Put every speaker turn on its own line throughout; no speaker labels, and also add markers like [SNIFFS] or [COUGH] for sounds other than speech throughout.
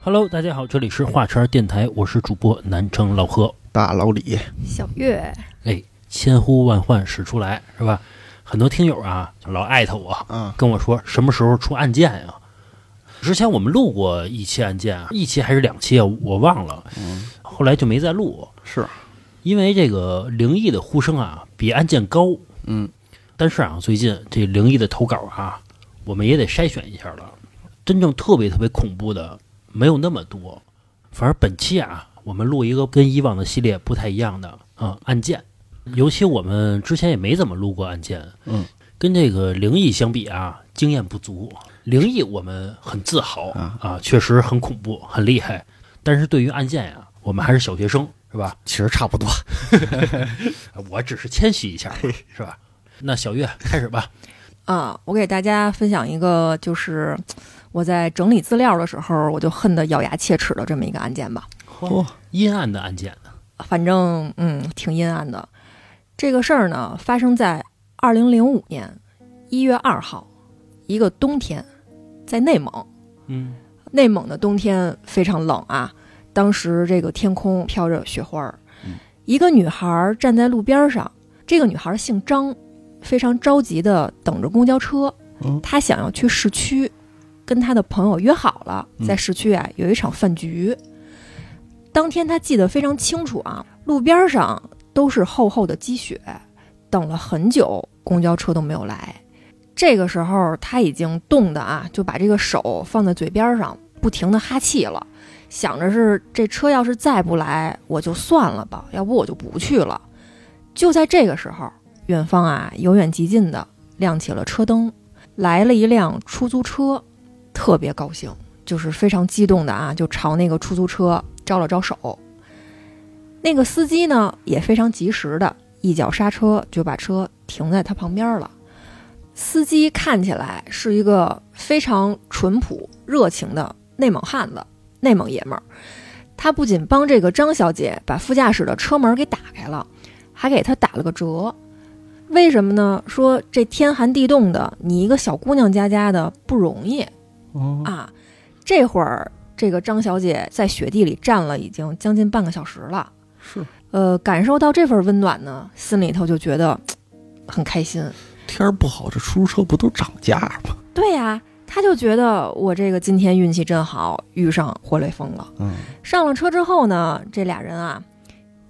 Hello，大家好，这里是画圈电台，我是主播南城老何。
大老李，
小月，
哎，千呼万唤始出来，是吧？很多听友啊，老艾特我，
嗯，
跟我说什么时候出案件呀、之前我们录过一期案件，一期还是两期啊，我忘了，后来就没再录，
是，
因为这个灵异的呼声啊比案件高，
嗯，
但是啊，最近这灵异的投稿啊，我们也得筛选一下了，真正特别特别恐怖的没有那么多，反正本期啊，我们录一个跟以往的系列不太一样的啊、案件，尤其我们之前也没怎么录过案件，
嗯，
跟这个灵异相比啊，经验不足。灵异我们很自豪
啊
啊，确实很恐怖，很厉害。但是对于案件呀、我们还是小学生，是吧？
其实差不多。
我只是谦虚一下嘛，
[LAUGHS]
是吧？那小月开始吧。
啊，我给大家分享一个，就是我在整理资料的时候，我就恨得咬牙切齿的这么一个案件吧。
嚯
阴暗的案件，
反正嗯，挺阴暗的。这个事儿呢，发生在二零零五年一月二号，一个冬天，在内蒙。
嗯，
内蒙的冬天非常冷啊，当时这个天空飘着雪花儿
嗯。
一个女孩站在路边上，这个女孩姓张，非常着急的等着公交车
嗯。
她想要去市区，跟她的朋友约好了，
嗯
在市区啊有一场饭局。当天她记得非常清楚啊，路边上都是厚厚的积雪，等了很久，公交车都没有来。这个时候他已经冻得啊，就把这个手放在嘴边上，不停的哈气了，想着是这车要是再不来，我就算了吧，要不我就不去了。就在这个时候，远方啊由远及近的亮起了车灯，来了一辆出租车，特别高兴，就是非常激动的啊，就朝那个出租车招了招手。那个司机呢也非常及时的一脚刹车就把车停在他旁边了。司机看起来是一个非常淳朴、热情的内蒙汉子、内蒙爷们儿。他不仅帮这个张小姐把副驾驶的车门给打开了，还给她打了个折。为什么呢？说这天寒地冻的，你一个小姑娘家家的不容易
哦，
啊。这会儿，这个张小姐在雪地里站了已经将近半个小时了。
是，
呃，感受到这份温暖呢，心里头就觉得很开心。
天儿不好，这出租车不都涨价吗？
对呀、他就觉得我这个今天运气真好，遇上活雷锋了。
嗯，
上了车之后呢，这俩人啊，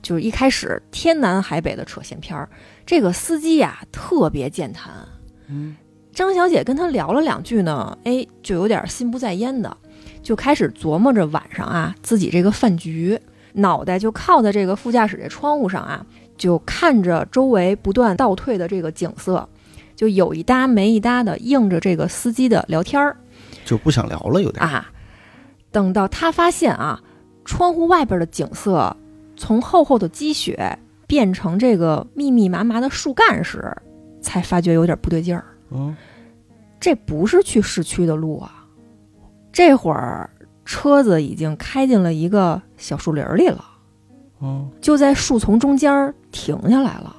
就是一开始天南海北的扯闲篇儿。这个司机呀、特别健谈，
嗯，
张小姐跟他聊了两句呢，哎，就有点心不在焉的，就开始琢磨着晚上啊自己这个饭局，脑袋就靠在这个副驾驶这窗户上啊，就看着周围不断倒退的这个景色，就有一搭没一搭的应着这个司机的聊天儿。
就不想聊了，有点。
啊。等到他发现啊，窗户外边的景色从厚厚的积雪变成这个密密麻麻的树干时，才发觉有点不对劲儿。
嗯，
这不是去市区的路啊！这会儿车子已经开进了一个小树林儿里了。
哦，
就在树丛中间儿停下来了。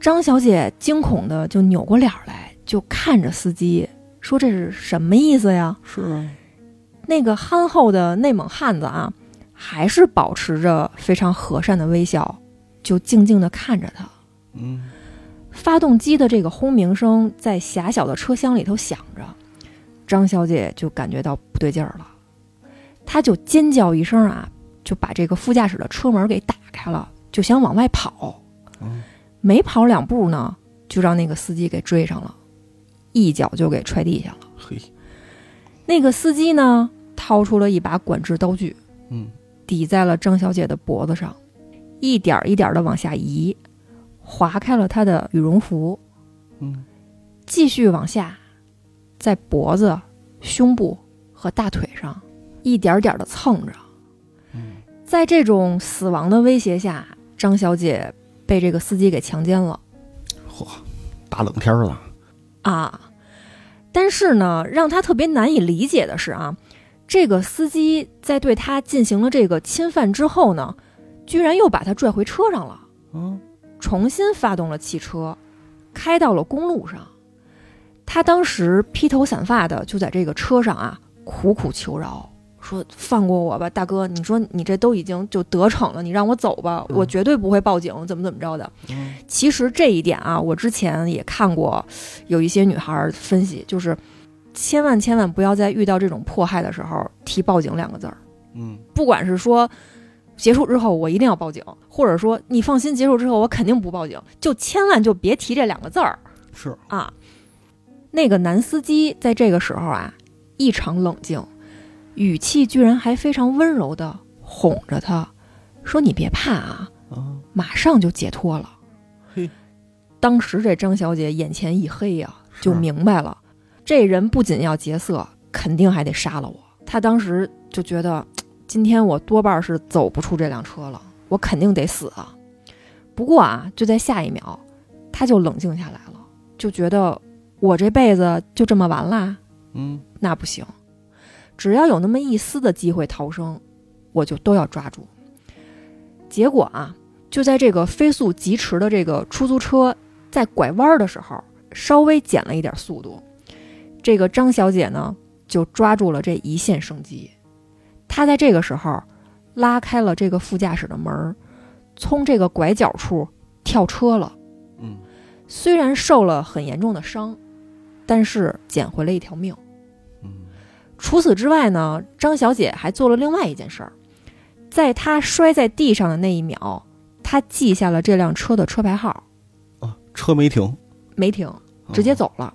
张小姐惊恐的就扭过脸儿来，就看着司机说：“这是什么意思呀？”
是啊，
那个憨厚的内蒙汉子啊，还是保持着非常和善的微笑，就静静地看着他。
嗯，
发动机的这个轰鸣声在狭小的车厢里头响着，张小姐就感觉到不对劲儿了，她就尖叫一声啊，就把这个副驾驶的车门给打开了，就想往外跑
嗯。
没跑两步呢，就让那个司机给追上了，一脚就给踹地下了。
嘿，
那个司机呢，掏出了一把管制刀具，
嗯，
抵在了张小姐的脖子上，一点儿一点的往下移，划开了她的羽绒服，
嗯，
继续往下，在脖子、胸部和大腿上一点点的蹭着。
嗯，
在这种死亡的威胁下，张小姐被这个司机给强奸了
嚯，大冷天儿了，
啊！但是呢，让她特别难以理解的是啊，这个司机在对她进行了这个侵犯之后呢，居然又把她拽回车上了。
嗯，
重新发动了汽车，开到了公路上。他当时披头散发的就在这个车上啊，苦苦求饶，说放过我吧，大哥，你说你这都已经就得逞了，你让我走吧，
嗯
我绝对不会报警，怎么怎么着的。
嗯
其实这一点啊，我之前也看过，有一些女孩儿分析，就是千万千万不要在遇到这种迫害的时候提报警两个字儿。
嗯
不管是说结束之后我一定要报警，或者说你放心，结束之后我肯定不报警，就千万就别提这两个字儿
是，
啊。那个男司机在这个时候啊，异常冷静，语气居然还非常温柔的哄着她，说：“ [LAUGHS] 你别怕啊，
啊，
马上就解脱了。
嘿，
当时这张小姐眼前一黑呀、
是
就明白了，这人不仅要劫色，肯定还得杀了我。她当时就觉得，今天我多半是走不出这辆车了，我肯定得死啊。不过啊，就在下一秒，她就冷静下来了，就觉得我这辈子就这么完啦，
嗯
那不行，只要有那么一丝的机会逃生，我就都要抓住。结果啊，就在这个飞速疾驰的这个出租车在拐弯的时候，稍微减了一点速度，这个张小姐呢就抓住了这一线生机。她在这个时候拉开了这个副驾驶的门儿，从这个拐角处跳车了。
嗯，
虽然受了很严重的伤，但是捡回了一条命。
嗯
除此之外呢，张小姐还做了另外一件事儿，在她摔在地上的那一秒，她记下了这辆车的车牌号，
啊，车没停，
没停，
啊
直接，走了。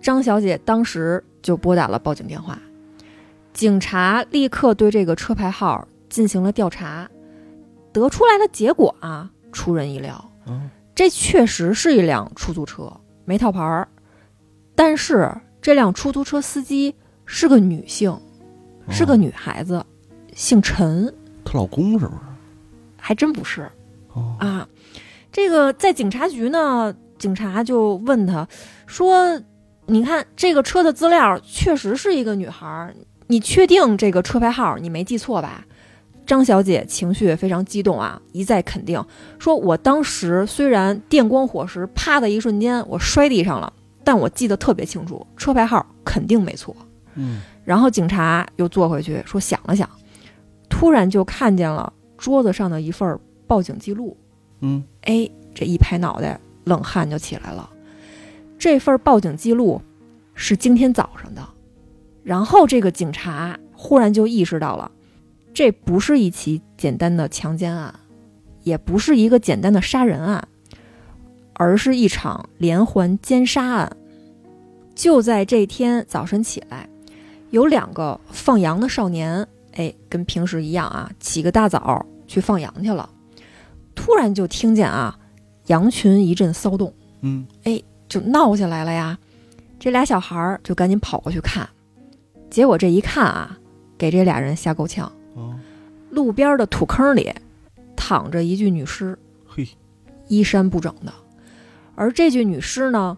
张小姐当时就拨打了报警电话，警察立刻对这个车牌号进行了调查，得出来的结果啊，出人意料，
啊
这确实是一辆出租车，没套牌儿，但是这辆出租车司机是个女性。是个
啊
女孩子，姓陈，
哦她老公是不是？
还真不是
哦，
啊。这个在警察局呢，警察就问他说：“你看这个车的资料确实是一个女孩儿，你确定这个车牌号你没记错吧？”张小姐情绪也非常激动啊，一再肯定说：“我当时虽然电光火石，啪的一瞬间我摔地上了，但我记得特别清楚，车牌号肯定没错。”
嗯
然后警察又坐回去，说想了想，突然就看见了桌子上的一份报警记录。
嗯
哎，这一拍脑袋，冷汗就起来了。这份报警记录是今天早上的。然后这个警察忽然就意识到了，这不是一起简单的强奸案，也不是一个简单的杀人案，而是一场连环奸杀案。就在这天早晨起来，有两个放羊的少年，哎，跟平时一样啊，起个大早去放羊去了。突然就听见啊，羊群一阵骚动，
嗯
就闹起来了呀。这俩小孩儿就赶紧跑过去看，结果这一看啊，给这俩人吓够呛。
啊，
路边的土坑里躺着一具女尸，
嘿，
衣衫不整的。而这具女尸呢，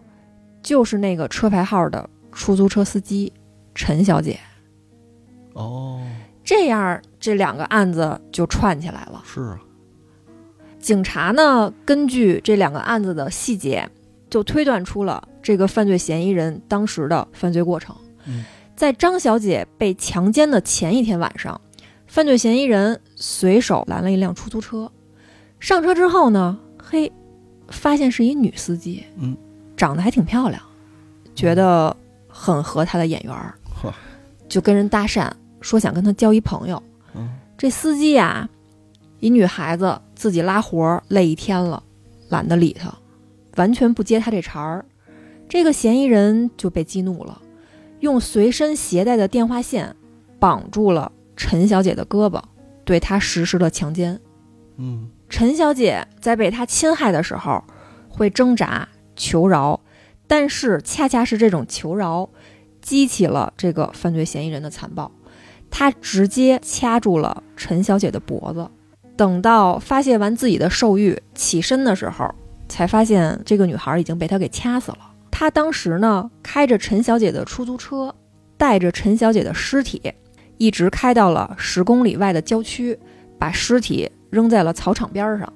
就是那个车牌号的出租车司机陈小姐。
哦，
这样，这两个案子就串起来了。
是啊，
警察呢，根据这两个案子的细节，就推断出了这个犯罪嫌疑人当时的犯罪过程。
嗯
在张小姐被强奸的前一天晚上，犯罪嫌疑人随手拦了一辆出租车，上车之后呢，嘿，发现是一女司机，
嗯，
长得还挺漂亮，觉得很合她的眼缘儿
呵，
就跟人搭讪，说想跟她交一朋友。
嗯
这司机呀、一女孩子自己拉活儿累一天了，懒得理他，完全不接他这茬儿。这个嫌疑人就被激怒了，用随身携带的电话线绑住了陈小姐的胳膊，对她实施了强奸。
嗯
陈小姐在被他侵害的时候会挣扎求饶，但是恰恰是这种求饶激起了这个犯罪嫌疑人的残暴，他直接掐住了陈小姐的脖子。等到发泄完自己的兽欲，起身的时候，才发现这个女孩已经被他给掐死了。他当时呢，开着陈小姐的出租车，带着陈小姐的尸体，一直开到了十公里外的郊区。把尸体扔在了草场边儿上，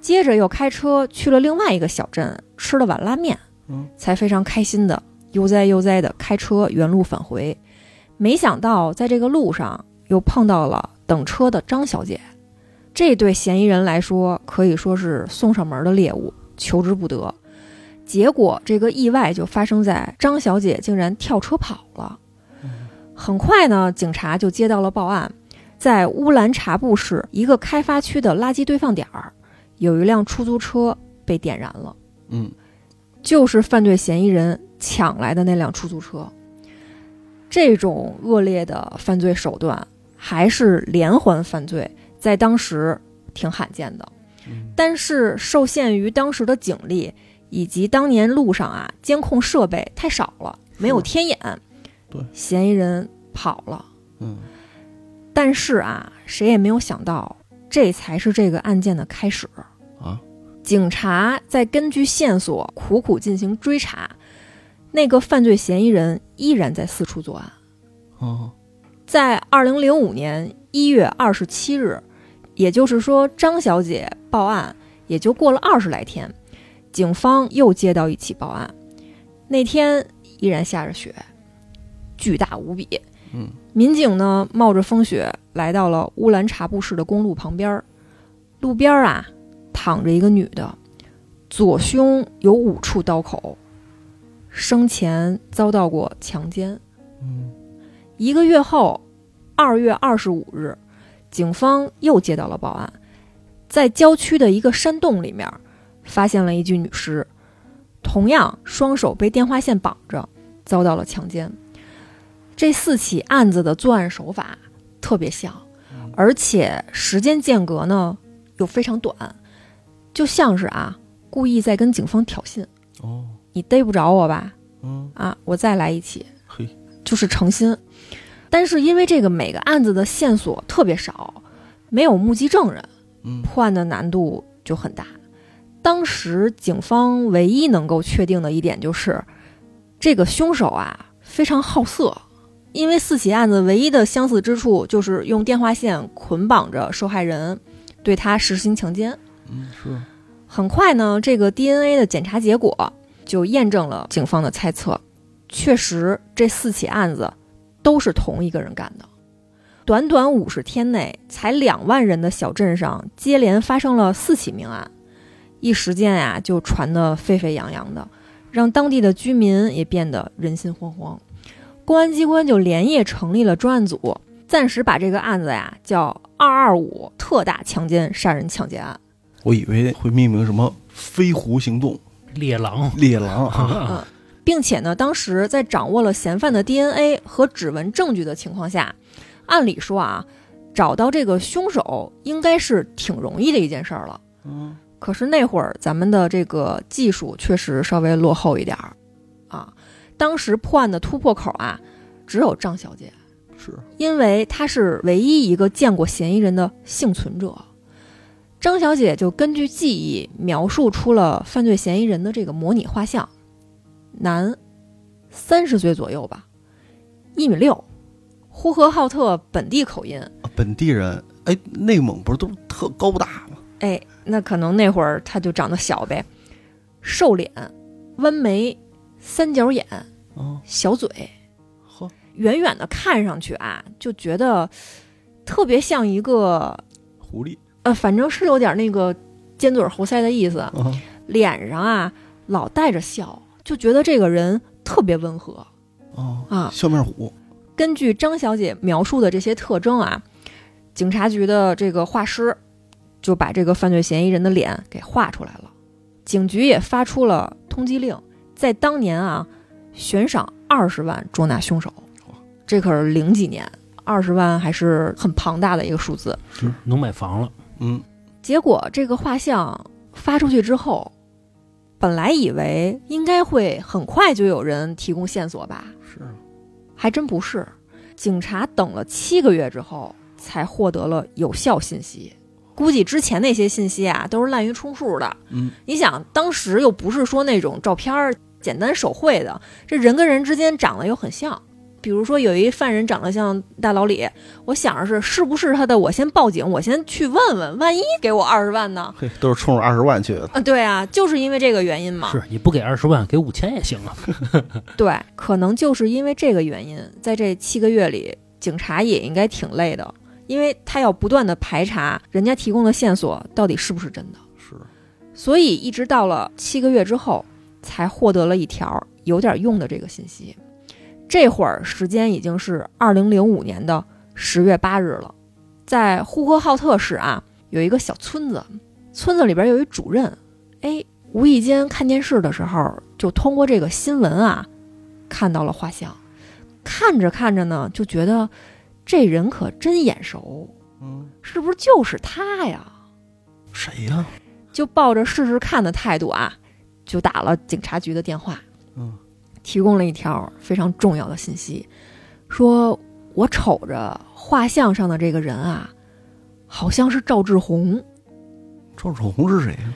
接着又开车去了另外一个小镇，吃了碗拉面
嗯，
才非常开心的悠哉悠哉的开车原路返回。没想到在这个路上又碰到了等车的张小姐，这对嫌疑人来说可以说是送上门的猎物，求之不得。结果这个意外就发生在张小姐竟然跳车跑了。很快呢，警察就接到了报案，在乌兰察布市一个开发区的垃圾堆放点儿，有一辆出租车被点燃了。
嗯，
就是犯罪嫌疑人抢来的那辆出租车。这种恶劣的犯罪手段，还是连环犯罪，在当时挺罕见的。但是受限于当时的警力以及当年路上啊监控设备太少了，没有天眼，
对
嫌疑人跑了。
嗯，
但是啊，谁也没有想到，这才是这个案件的开始。
啊，
警察在根据线索苦苦进行追查，那个犯罪嫌疑人依然在四处作案。
哦，
在二零零五年一月二十七日，也就是说张小姐报案也就过了二十来天，警方又接到一起报案。那天依然下着雪，巨大无比。
嗯，
民警呢冒着风雪来到了乌兰察布市的公路旁边儿，路边儿啊躺着一个女的，左胸有五处刀口，生前遭到过强奸。
嗯，
一个月后，二月二十五日，警方又接到了报案，在郊区的一个山洞里面，发现了一具女尸，同样双手被电话线绑着，遭到了强奸。这四起案子的作案手法特别像，而且时间间隔呢又非常短，就像是啊故意在跟警方挑衅，
哦，
你逮不着我吧？
嗯，
啊，我再来一起，
嘿，
就是诚心。但是因为这个每个案子的线索特别少，没有目击证人，
嗯，
破案的难度就很大。当时警方唯一能够确定的一点就是，这个凶手啊非常好色，因为四起案子唯一的相似之处就是用电话线捆绑着受害人，对他实行强奸。
嗯，是，
很快呢，这个 DNA 的检查结果就验证了警方的猜测，确实这四起案子都是同一个人干的。短短五十天内，才两万人的小镇上接连发生了四起命案，一时间啊就传得沸沸扬扬的，让当地的居民也变得人心惶惶。公安机关就连夜成立了专案组，暂时把这个案子呀叫“二二五特大强奸杀人抢劫案”。
我以为会命名什么飞狐行动、
猎狼
猎 [LAUGHS] 狼啊，
啊，
并且呢，当时在掌握了嫌犯的 DNA 和指纹证据的情况下，按理说啊，找到这个凶手应该是挺容易的一件事儿了。
嗯，
可是那会儿咱们的这个技术确实稍微落后一点儿，啊，当时破案的突破口啊，只有张小姐，
是，
因为她是唯一一个见过嫌疑人的幸存者。张小姐就根据记忆描述出了犯罪嫌疑人的这个模拟画像：男，三十岁左右吧，一米六，呼和浩特本地口音。
啊本地人，哎，内蒙不是都特高大吗？
哎，那可能那会儿他就长得小呗，瘦脸、弯眉、三角眼、
啊，
小嘴，
呵，
远远的看上去啊，就觉得特别像一个
狐狸
呃，反正是有点那个尖嘴猴腮的意思，
啊，
脸上啊老带着笑，就觉得这个人特别温和
哦，
啊。
笑面虎，
根据张小姐描述的这些特征啊，警察局的这个画师就把这个犯罪嫌疑人的脸给画出来了。警局也发出了通缉令，在当年啊，悬赏二十万捉拿凶手
哇。
这可是零几年，二十万还是很庞大的一个数字。
能买房了，
嗯，
结果这个画像发出去之后，本来以为应该会很快就有人提供线索吧，
是，
还真不是。警察等了七个月之后，才获得了有效信息。估计之前那些信息啊，都是滥竽充数的。
嗯，
你想，当时又不是说那种照片儿简单手绘的，这人跟人之间长得又很像，比如说有一犯人长得像大老李，我想着是是不是他的，我先报警，我先去问问，万一给我二十万呢？
嘿，都是冲着二十万去的。
啊，对啊，就是因为这个原因嘛。
是你不给二十万，给五千也行啊。
对，可能就是因为这个原因，在这七个月里，警察也应该挺累的，因为他要不断的排查人家提供的线索到底是不是真的，
是，
所以一直到了七个月之后，才获得了一条有点用的这个信息。这会儿时间已经是二零零五年的十月八日了，在呼和浩特市啊，有一个小村子，村子里边有一主任，哎，无意间看电视的时候，就通过这个新闻啊，看到了画像，看着看着呢，就觉得这人可真眼熟，
嗯，
是不是就是他呀？
谁呀？
就抱着试试看的态度啊，就打了警察局的电话，
嗯，
提供了一条非常重要的信息，说我瞅着画像上的这个人啊，好像是赵志红，
赵志红是谁啊呀？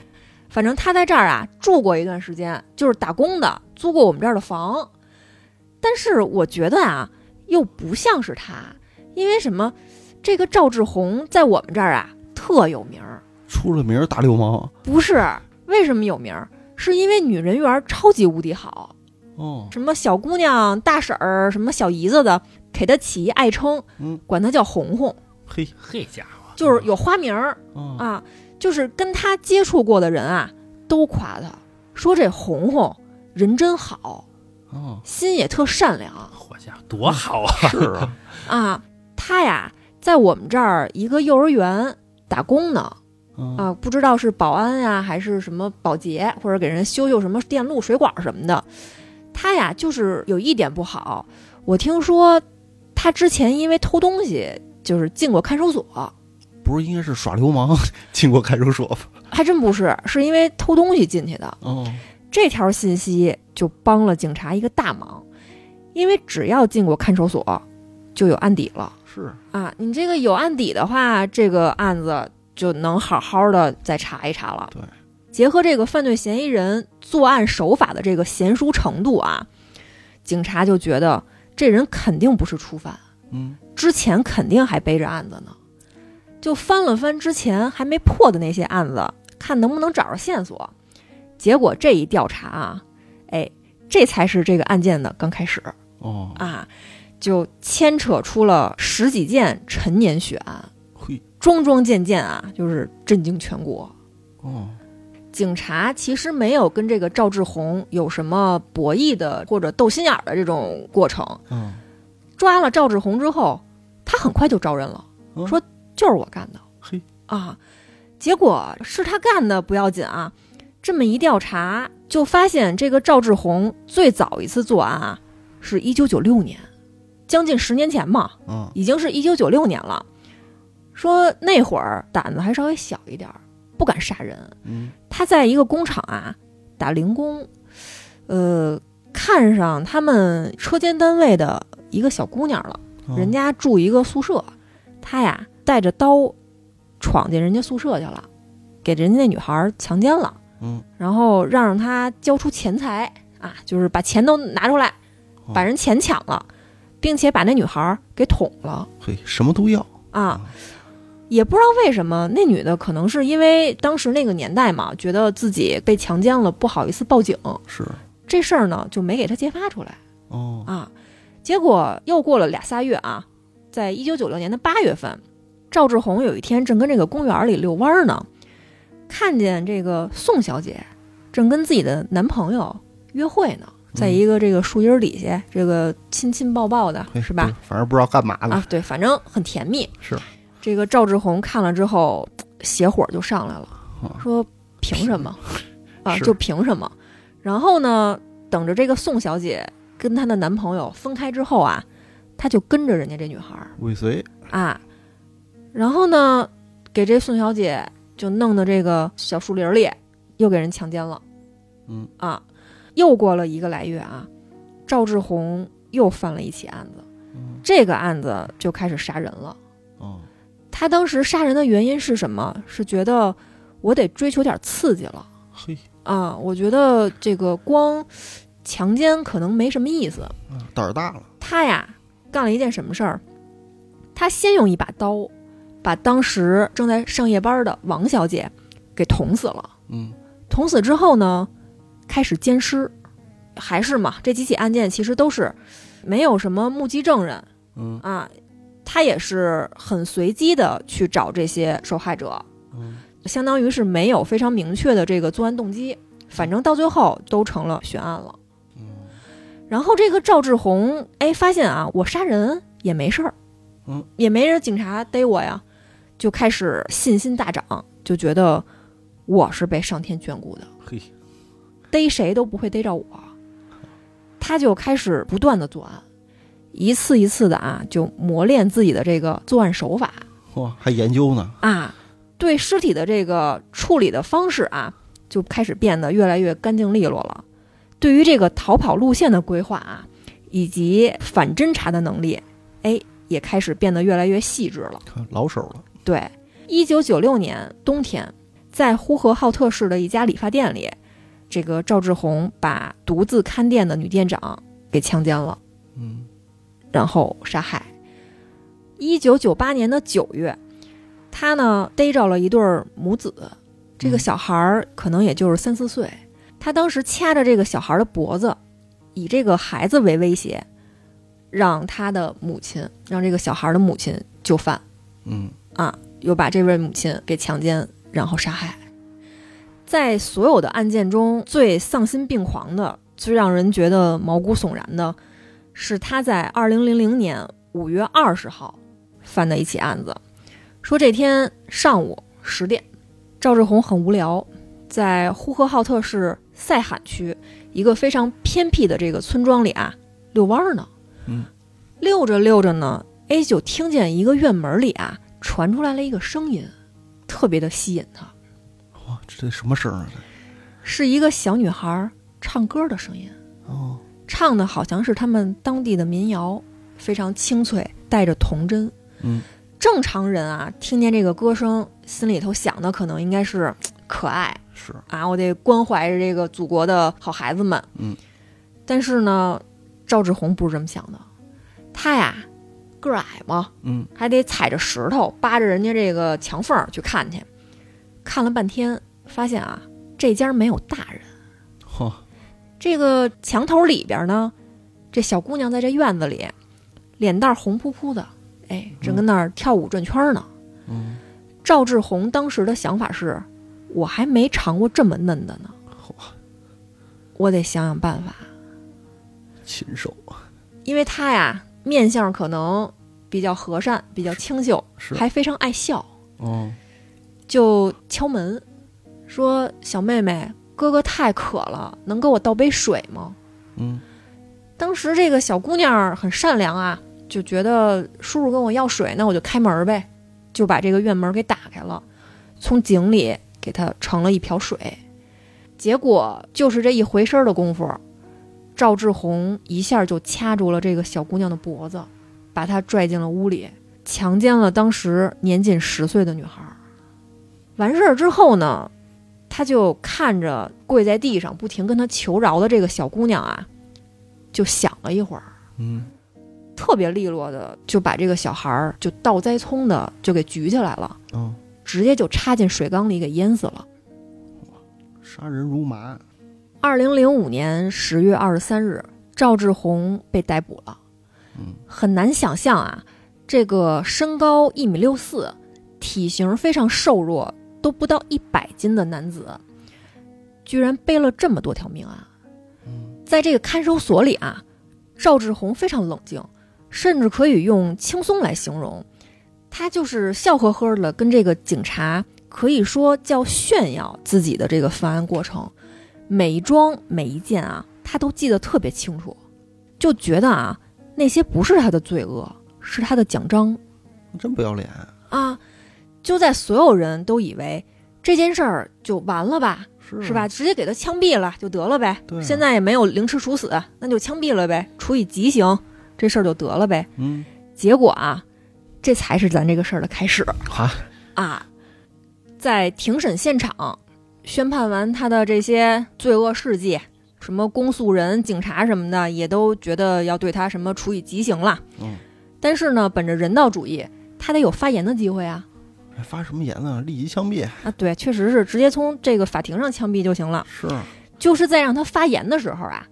反正他在这儿啊住过一段时间，就是打工的，租过我们这儿的房。但是我觉得啊，又不像是他，因为什么？这个赵志红在我们这儿啊特有名儿，
出了名儿大流氓。
不是为什么有名儿？是因为女人缘儿超级无敌好，
哦，
什么小姑娘、大婶儿、什么小姨子的，给他起一爱称，
嗯
管他叫红红，
嘿，
嘿家伙，
就是有花名儿，
啊，
啊，就是跟他接触过的人啊，都夸他说这红红人真好，
[LAUGHS] 哦，
心也特善良
好家伙多好啊！
是啊，
啊。他呀，在我们这儿一个幼儿园打工呢
啊，
啊，不知道是保安呀、还是什么保洁，或者给人修修什么电路、水管什么的。他呀，就是有一点不好，我听说他之前因为偷东西，就是进过看守所。
不是应该是耍流氓 [LAUGHS] 进过看守所吧？
还真不是，是因为偷东西进去的。
哦，
这条信息就帮了警察一个大忙，因为只要进过看守所，就有案底了
是，
啊！你这个有案底的话，这个案子就能好好的再查一查了。
对，
结合这个犯罪嫌疑人作案手法的这个娴熟程度啊，警察就觉得这人肯定不是初犯，
嗯，
之前肯定还背着案子呢。就翻了翻之前还没破的那些案子，看能不能找着线索。结果这一调查啊，哎，这才是这个案件的刚开始
哦，
啊，就牵扯出了十几件陈年血案，
嘿，
桩桩件件啊，就是震惊全国。
哦，
警察其实没有跟这个赵志红有什么博弈的或者斗心眼儿的这种过程，
嗯，
抓了赵志红之后，他很快就招认了，
嗯
说就是我干的。
嘿
啊，结果是他干的不要紧啊，这么一调查就发现这个赵志红最早一次作案啊，是一九九六年，将近十年前嘛，
嗯，
已经是一九九六年了。说那会儿胆子还稍微小一点儿，不敢杀人。
嗯，
他在一个工厂啊打零工，呃，看上他们车间单位的一个小姑娘了，
嗯
人，家住一个宿舍，他呀带着刀闯进人家宿舍去了，给人家那女孩强奸了，
嗯，
然后让让她交出钱财啊，就是把钱都拿出来，
哦
把人钱抢了，并且把那女孩给捅了。
嘿，什么都要，
啊，也不知道为什么那女的可能是因为当时那个年代嘛，觉得自己被强奸了，不好意思报警，
是，
这事儿呢就没给她揭发出来
哦，
啊。结果又过了俩仨月啊，在一九九六年的八月份，赵志红有一天正跟这个公园里遛弯儿呢，看见这个宋小姐正跟自己的男朋友约会呢，在一个这个树荫儿底下，这个亲亲抱抱的
嘿，
是吧？
对？反正不知道干嘛的，
啊，对，反正很甜蜜。
是
这个赵志红看了之后，邪火就上来了
啊，
说凭什么啊？
是
就凭什么？然后呢，等着这个宋小姐跟她的男朋友分开之后啊，她就跟着人家这女孩儿
尾随，
啊，然后呢，给这宋小姐就弄到这个小树林里，又给人强奸了
嗯，
啊。又过了一个来月啊，赵志红又犯了一起案子，
嗯，
这个案子就开始杀人了。
哦，
他当时杀人的原因是什么？是觉得我得追求点刺激了
嘿，
啊！我觉得这个光强奸可能没什么意思。
啊胆儿大了，
他呀干了一件什么事儿？他先用一把刀把当时正在上夜班的王小姐给捅死了。
嗯
捅死之后呢，开始奸尸，还是嘛，这几起案件其实都是没有什么目击证人
嗯
啊，他也是很随机的去找这些受害者，
嗯
相当于是没有非常明确的这个作案动机，反正到最后都成了悬案了。
嗯
然后这个赵志红，哎，发现啊，我杀人也没事儿，
嗯，
也没人警察逮我呀，就开始信心大涨，就觉得我是被上天眷顾的，
嘿，
逮谁都不会逮着我。他就开始不断的作案，一次一次的啊，就磨练自己的这个作案手法
哇，还研究呢，
啊，对尸体的这个处理的方式啊，就开始变得越来越干净利落了。对于这个逃跑路线的规划啊，以及反侦查的能力，哎，也开始变得越来越细致了。
看老手了，
对，一九九六年冬天，在呼和浩特市的一家理发店里，这个赵志红把独自看店的女店长给强奸了，
嗯
然后杀害。一九九八年的九月，他呢逮着了一对儿母子，这个
嗯
小孩儿可能也就是三四岁，他当时掐着这个小孩儿的脖子，以这个孩子为威胁，让他的母亲，让这个小孩儿的母亲就范。
嗯
啊，又把这位母亲给强奸，然后杀害。在所有的案件中，最丧心病狂的、最让人觉得毛骨悚然的，是他在二零零零年五月二十号犯的一起案子。说这天上午十点，赵志红很无聊，在呼和浩特市赛罕区一个非常偏僻的这个村庄里啊遛弯儿呢。
嗯，
溜着溜着呢，A 哎就听见一个院门里啊传出来了一个声音，特别的吸引他，
嗯哇，这什么声啊？
是一个小女孩唱歌的声音，
这哦，
唱的好像是他们当地的民谣，非常清脆，带着童真。
嗯
正常人啊，听见这个歌声，心里头想的可能应该是可爱
是，
啊，我得关怀着这个祖国的好孩子们。
嗯，
但是呢，赵志红不是这么想的，他呀个儿矮嘛，
嗯
还得踩着石头扒着人家这个墙缝儿去看去。看了半天，发现啊，这家没有大人。
哈，
这个墙头里边呢，这小姑娘在这院子里，脸蛋儿红扑扑的，哎，正跟那儿跳舞转圈儿呢。
嗯，
赵志红当时的想法是，我还没尝过这么嫩的呢，
哇，
我得想想办法，
禽兽啊
因为她呀，面相可能比较和善，比较清秀，
是
还非常爱笑。
哦，
就敲门，说：“小妹妹，哥哥太渴了，能给我倒杯水吗
嗯？”
当时这个小姑娘很善良啊，就觉得叔叔跟我要水，那我就开门呗，就把这个院门给打开了，从井里给他盛了一瓢水。结果就是这一回身的功夫，赵志红一下就掐住了这个小姑娘的脖子，把她拽进了屋里，强奸了当时年近十岁的女孩儿。完事儿之后呢，他就看着跪在地上不停跟她求饶的这个小姑娘啊，就想了一会儿，
嗯，
特别利落的就把这个小孩儿就倒栽葱的就给举起来了，
哦，
直接就插进水缸里给淹死了。
杀人如麻，
二零零五年十月二十三日，赵志红被逮捕了。
嗯
很难想象啊，这个身高一米六四、体型非常瘦弱、都不到一百斤的男子，居然背了这么多条命案。啊
嗯，
在这个看守所里啊，赵志红非常冷静，甚至可以用轻松来形容。他就是笑呵呵的跟这个警察，可以说叫炫耀自己的这个犯案过程，每一桩每一件啊，他都记得特别清楚，就觉得啊，那些不是他的罪恶，是他的奖章
真不要脸，
啊。就在所有人都以为这件事儿就完了吧，
是啊
是吧？？直接给他枪毙了就得了呗。
对啊
现在也没有凌迟处死，那就枪毙了呗，处以极刑，这事儿就得了呗。
嗯，
结果啊，这才是咱这个事儿的开始
哈，
啊！在庭审现场，宣判完他的这些罪恶事迹，什么公诉人、警察什么的也都觉得要对他什么处以极刑了。
嗯，
但是呢，本着人道主义，他得有发言的机会啊。
发什么言啊？立即枪毙！
啊，对，确实是直接从这个法庭上枪毙就行了。 [SNIFFS]
是，
就是在让他发言的时候啊，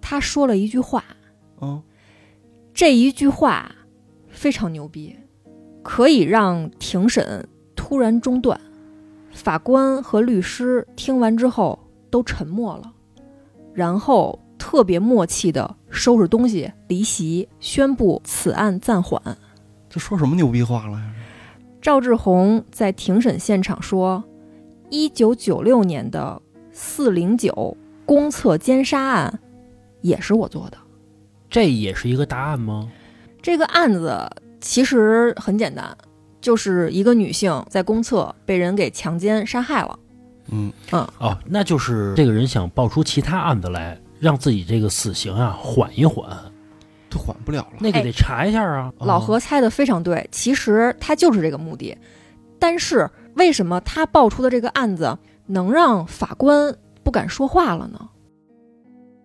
他说了一句话，
嗯，
这一句话非常牛逼，可以让庭审突然中断。法官和律师听完之后都沉默了，然后特别默契的收拾东西离席，宣布此案暂缓。
这说什么牛逼话了呀？
赵志红在庭审现场说：“一九九六年的四零九公厕奸杀案也是我做的。
[LAUGHS] 这也是一个答案吗？
这个案子其实很简单，就是一个女性在公厕被人给强奸杀害了。
嗯，
哦，那就是这个人想爆出其他案子来，让自己这个死刑啊缓一缓，
都缓不了了。
那个
哎
得查一下啊。
哦
老何猜的非常对，其实他就是这个目的。但是为什么他爆出的这个案子能让法官不敢说话了呢？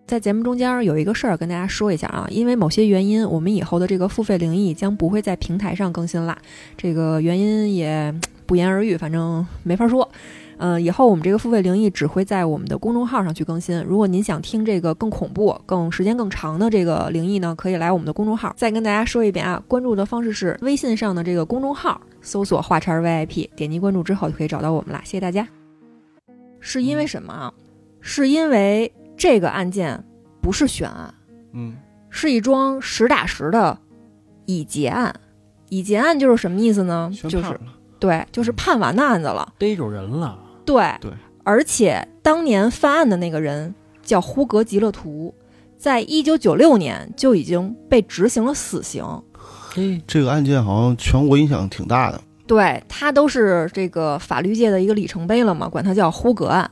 在节目中间有一个事儿跟大家说一下啊，因为某些原因，我们以后的这个付费灵异将不会在平台上更新啦。这个原因也嗯不言而喻，反正没法说。嗯，以后我们这个付费灵异只会在我们的公众号上去更新。如果您想听这个更恐怖、更时间更长的这个灵异呢，可以来我们的公众号。再跟大家说一遍啊，关注的方式是微信上的这个公众号，搜索“画叉 VIP”，点击关注之后就可以找到我们啦。谢谢大家。是因为什么啊？是因为这个案件不是悬案，
嗯，
是一桩实打实的已结案。已结案就是什么意思呢？
宣
就
判
是
了。
对，就是判完的案子了。
逮着人了，
对
对
而且当年犯案的那个人叫呼格吉勒图，在一九九六年就已经被执行了死刑。
嘿，
这个案件好像全国影响挺大的。
对他都是这个法律界的一个里程碑了嘛，管它叫呼格案。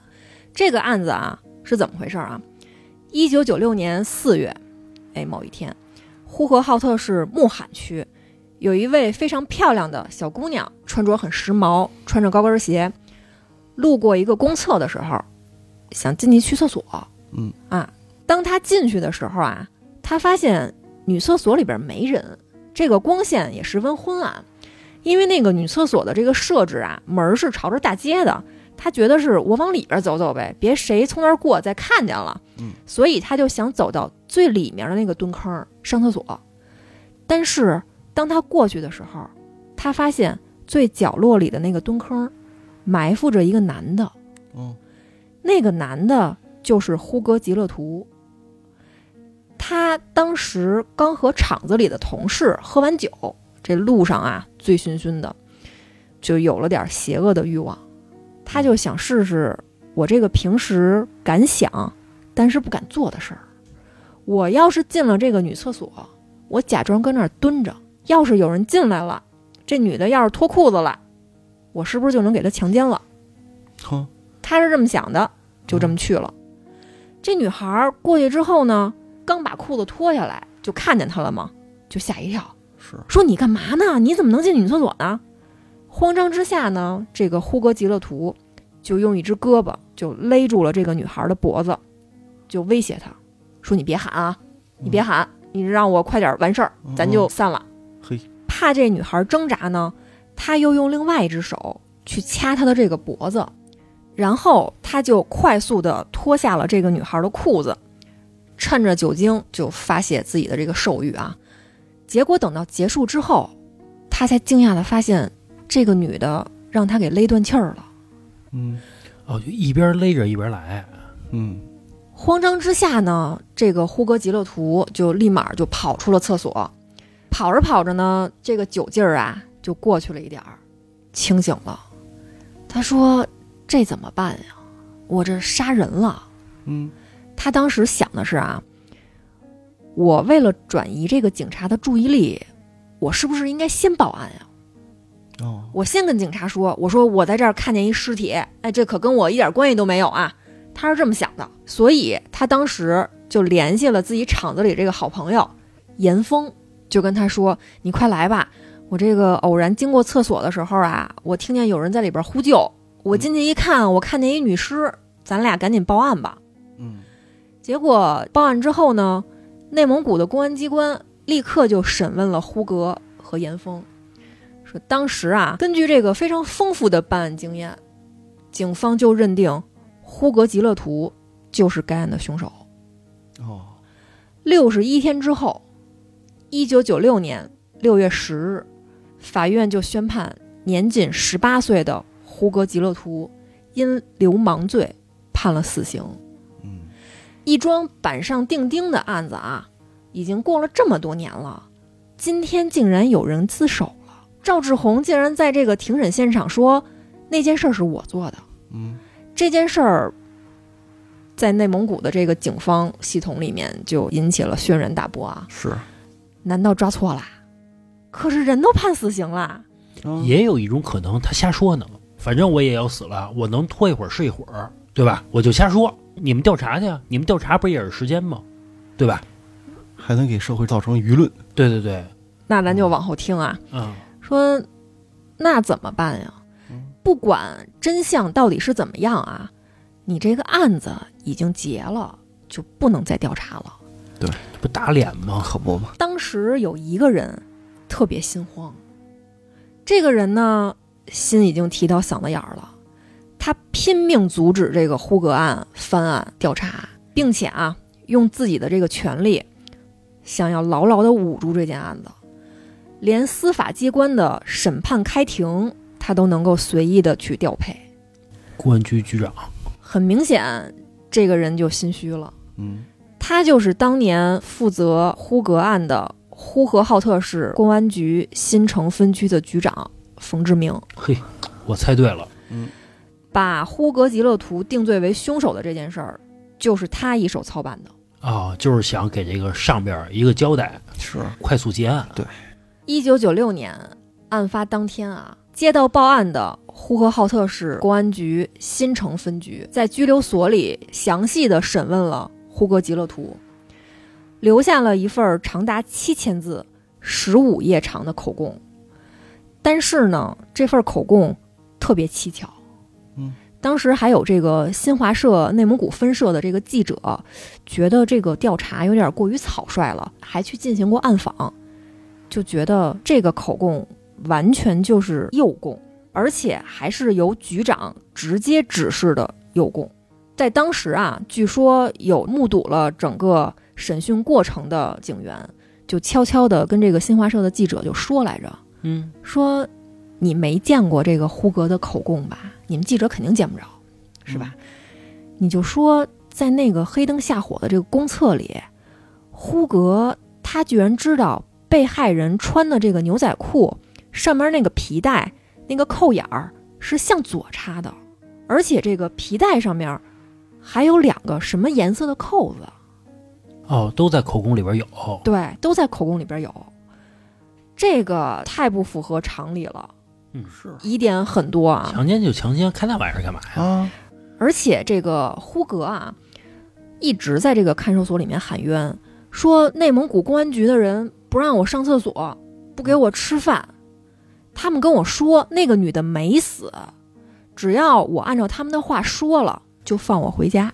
这个案子啊是怎么回事啊？一九九六年四月，哎，某一天，呼和浩特市木罕区有一位非常漂亮的小姑娘，穿着很时髦，穿着高跟鞋，路过一个公厕的时候，想进去去厕所。
嗯
啊，当她进去的时候啊，她发现女厕所里边没人，这个光线也十分昏暗。因为那个女厕所的这个设置啊，门儿是朝着大街的，他觉得是我往里边走走呗，别谁从那儿过再看见了，
嗯，
所以他就想走到最里面的那个蹲坑儿上厕所。但是当他过去的时候，他发现最角落里的那个蹲坑儿埋伏着一个男的，
嗯，
那个男的就是呼格吉勒图。他当时刚和厂子里的同事喝完酒，这路上啊醉醺醺的，就有了点邪恶的欲望。他就想试试我这个平时敢想但是不敢做的事儿。我要是进了这个女厕所，我假装跟那儿蹲着，要是有人进来了，这女的要是脱裤子了，我是不是就能给她强奸了？
哼，
他是这么想的，就这么去了。这女孩儿过去之后呢，刚把裤子脱下来，就看见他了嘛，就吓一跳，
是
说你干嘛呢？你怎么能进女厕所呢？慌张之下呢，这个呼格吉勒图就用一只胳膊就勒住了这个女孩的脖子，就威胁她，说你别喊啊，你别喊，你让我快点完事儿，
嗯
咱就散了。
哦嘿，
怕这女孩挣扎呢，他又用另外一只手去掐她的这个脖子，然后他就快速的脱下了这个女孩的裤子，趁着酒精就发泄自己的这个兽欲啊。结果等到结束之后，他才惊讶的发现，这个女的让他给勒断气儿了。
嗯
哦，就一边勒着一边来，
嗯，
慌张之下呢，这个呼格吉勒图就立马就跑出了厕所，跑着跑着呢，这个酒劲儿啊就过去了一点儿，清醒了。他说：“这怎么办呀？我这杀人了。”
嗯，
他当时想的是啊，我为了转移这个警察的注意力，我是不是应该先报案啊呀？
哦，
我先跟警察说，我说我在这儿看见一尸体，哎，这可跟我一点关系都没有啊。他是这么想的，所以他当时就联系了自己厂子里这个好朋友严峰，就跟他说：“你快来吧，我这个偶然经过厕所的时候啊，我听见有人在里边呼救，我进去一看，我看见一女尸，咱俩赶紧报案吧。”
嗯，
结果报案之后呢，内蒙古的公安机关立刻就审问了呼格和严峰，说当时啊，根据这个非常丰富的办案经验，警方就认定呼格吉勒图就是该案的凶手。
哦，
六十一天之后，一九九六年六月十日，法院就宣判年仅十八岁的胡格吉勒图因流氓罪判了死刑。
嗯，
一桩板上钉钉的案子啊，已经过了这么多年了，今天竟然有人自首了。赵志红竟然在这个庭审现场说，那件事儿是我做的。
嗯，
这件事儿在内蒙古的这个警方系统里面就引起了轩然大波啊！
是，
难道抓错啦？可是人都判死刑啦，
嗯
也有一种可能，他瞎说呢。反正我也要死了，我能拖一会儿是一会儿，对吧？我就瞎说。你们调查去啊，你们调查不也是时间吗？对吧？
还能给社会造成舆论。
对对对，
那咱就往后听啊。
嗯，
说那怎么办呀
嗯？
不管真相到底是怎么样啊，你这个案子已经结了，就不能再调查了。
这不打脸吗？
可不嘛，
当时有一个人特别心慌，这个人呢心已经提到嗓子眼儿了，他拼命阻止这个呼格案翻案调查，并且啊用自己的这个权利想要牢牢地捂住这件案子，连司法机关的审判开庭他都能够随意的去调配。
公安局局长，
很明显，这个人就心虚了。
嗯，
他就是当年负责呼格案的呼和浩特市公安局新城分局的局长冯志明，
嘿，我猜对了，
把呼格吉勒图定罪为凶手的这件事儿，就是他一手操办的。
啊、就是想给这个上边儿一个交代，
是，
快速结案。
一九九六年案发当天啊，接到报案的呼和浩特市公安局新城分局在拘留所里详细的审问了呼格吉勒图，留下了一份儿长达七千字、十五页长的口供。但是呢，这份口供特别蹊跷。
嗯，
当时还有这个新华社内蒙古分社的这个记者，觉得这个调查有点过于草率了，还去进行过暗访。就觉得这个口供完全就是诱供，而且还是由局长直接指示的诱供。在当时啊，据说有目睹了整个审讯过程的警员，就悄悄地跟这个新华社的记者就说来着，
嗯，
说你没见过这个呼格的口供吧？你们记者肯定见不着，是吧？你就说在那个黑灯瞎火的这个公厕里，呼格他居然知道被害人穿的这个牛仔裤上面那个皮带那个扣眼儿是向左插的，而且这个皮带上面还有两个什么颜色的扣子。
哦，都在口供里边有。
对，都在口供里边有，这个太不符合常理了。
嗯
是
疑点很多啊，
强奸就强奸，看那玩意儿干嘛呀？
啊，
而且这个呼格啊，一直在这个看守所里面喊冤，说内蒙古公安局的人不让我上厕所，不给我吃饭，他们跟我说那个女的没死，只要我按照他们的话说了，就放我回家。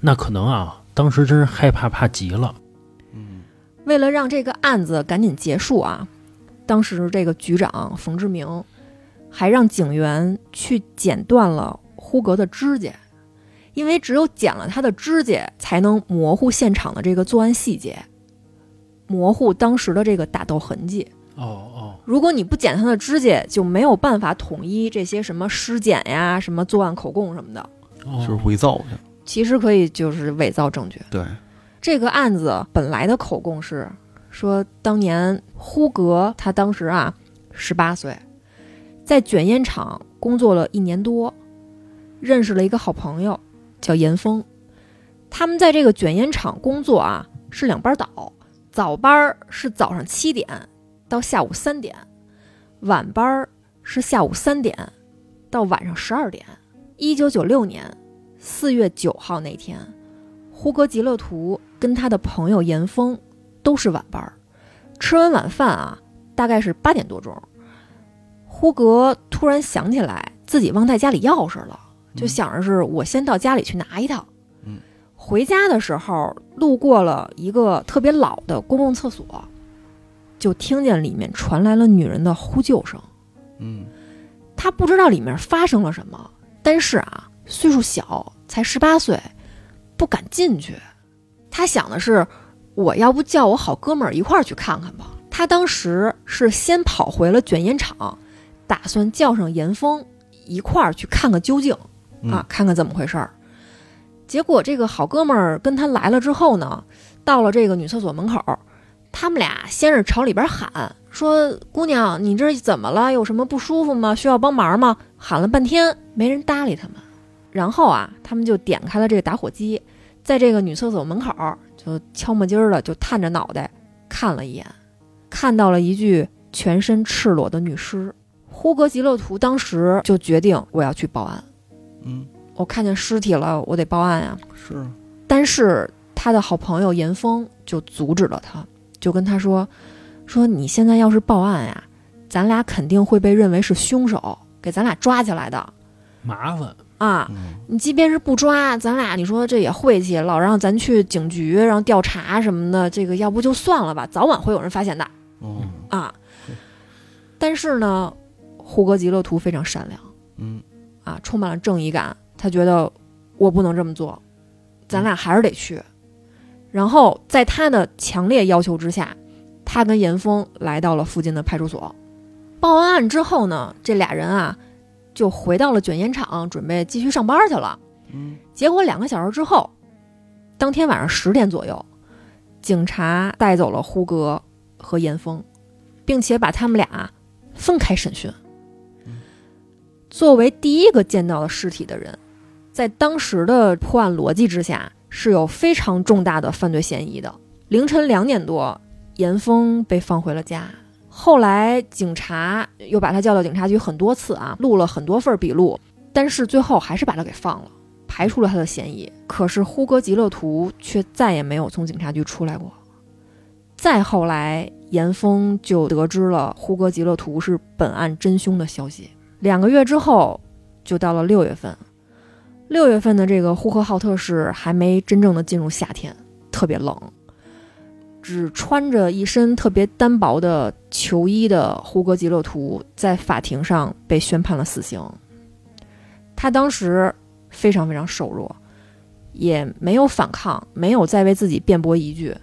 那可能啊，当时真是害怕怕极了。
嗯，
为了让这个案子赶紧结束啊，当时这个局长冯志明还让警员去剪断了呼格的指甲，因为只有剪了他的指甲，才能模糊现场的这个作案细节，模糊当时的这个打斗痕迹。
哦哦，
如果你不剪他的指甲，就没有办法统一这些什么尸检呀、什么作案口供什么的。
哦
就是伪造的，
其实可以就是伪造证据。
对，
这个案子本来的口供是说，当年呼格他当时啊十八岁，在卷烟厂工作了一年多，认识了一个好朋友叫严峰，他们在这个卷烟厂工作啊是两班倒，早班儿是早上七点到下午三点，晚班儿是下午三点到晚上十二点。一九九六年四月九号那天。呼格吉勒图跟他的朋友严峰都是晚班儿，吃完晚饭啊，大概是八点多钟，呼格突然想起来自己忘带家里钥匙了，就想着是我先到家里去拿一趟。
嗯，
回家的时候路过了一个特别老的公共厕所，就听见里面传来了女人的呼救声。
嗯，
他不知道里面发生了什么，但是啊，岁数小，才十八岁，不敢进去。他想的是，我要不叫我好哥们儿一块儿去看看吧。他当时是先跑回了卷烟厂，打算叫上严峰一块儿去看个究竟
嗯
啊，看看怎么回事儿。结果这个好哥们儿跟他来了之后呢，到了这个女厕所门口，他们俩先是朝里边喊说：“姑娘，你这怎么了？有什么不舒服吗？需要帮忙吗？”喊了半天没人搭理他们，然后啊，他们就点开了这个打火机，在这个女厕所门口就悄没劲儿的就探着脑袋看了一眼，看到了一具全身赤裸的女尸。呼格吉勒图当时就决定我要去报案，
嗯，
我看见尸体了，我得报案呀、
是啊，
但是他的好朋友严峰就阻止了他，就跟他说：“说你现在要是报案呀，咱俩肯定会被认为是凶手，给咱俩抓起来的
麻烦，
啊！
嗯
你即便是不抓，咱俩你说这也晦气，老让咱去警局让调查什么的，这个要不就算了吧，早晚会有人发现的
哦，
啊！”但是呢，胡格吉勒图非常善良。
嗯
啊，充满了正义感，他觉得我不能这么做，咱俩还是得去。然后在他的强烈要求之下，他跟严峰来到了附近的派出所。报完案之后呢，这俩人啊就回到了卷烟厂，准备继续上班去了。
嗯，
结果两个小时之后，当天晚上十点左右，警察带走了胡格和严峰，并且把他们俩分开审讯。作为第一个见到了尸体的人，在当时的破案逻辑之下，是有非常重大的犯罪嫌疑的。凌晨两点多，严峰被放回了家。后来警察又把他叫到警察局很多次啊，录了很多份笔录，但是最后还是把他给放了，排除了他的嫌疑。可是呼格吉勒图却再也没有从警察局出来过。再后来，严峰就得知了呼格吉勒图是本案真凶的消息。两个月之后，就到了六月份。六月份的这个呼和浩特市还没真正的进入夏天，特别冷，只穿着一身特别单薄的球衣的呼格吉勒图在法庭上被宣判了死刑。他当时非常非常瘦弱，也没有反抗，没有再为自己辩驳一句，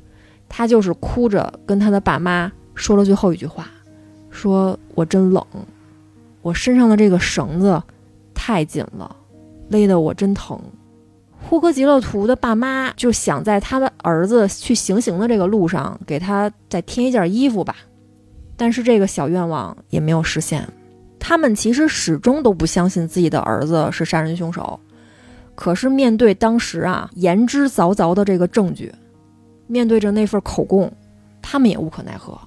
他就是哭着跟他的爸妈说了最后一句话，说我真冷，我身上的这个绳子太紧了，勒得我真疼。呼格吉勒图的爸妈就想在他的儿子去行刑的这个路上，给他再添一件衣服吧，但是这个小愿望也没有实现。他们其实始终都不相信自己的儿子是杀人凶手，可是面对当时啊言之凿凿的这个证据，面对着那份口供，他们也无可奈何。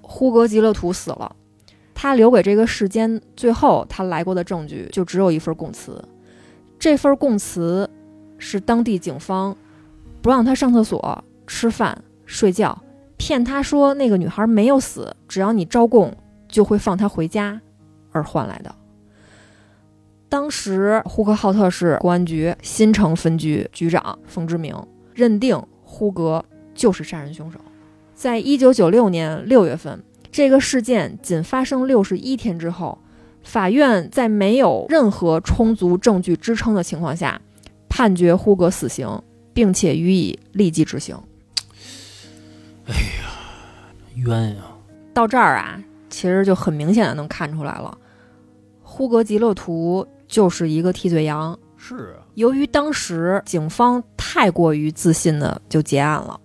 呼格吉勒图死了，他留给这个世间最后他来过的证据就只有一份供词，这份供词是当地警方不让他上厕所、吃饭、睡觉，骗他说那个女孩没有死，只要你招供就会放他回家而换来的。当时呼和浩特市公安局新城分局局长冯之明认定呼格就是杀人凶手，在一九九六年六月份，这个事件仅发生六十一天之后，法院在没有任何充足证据支撑的情况下，判决呼格死刑，并且予以立即执行。
冤呀、
到这儿啊，其实就很明显的能看出来了，呼格吉勒图就是一个替罪羊。
是啊，
由于当时警方太过于自信的就结案了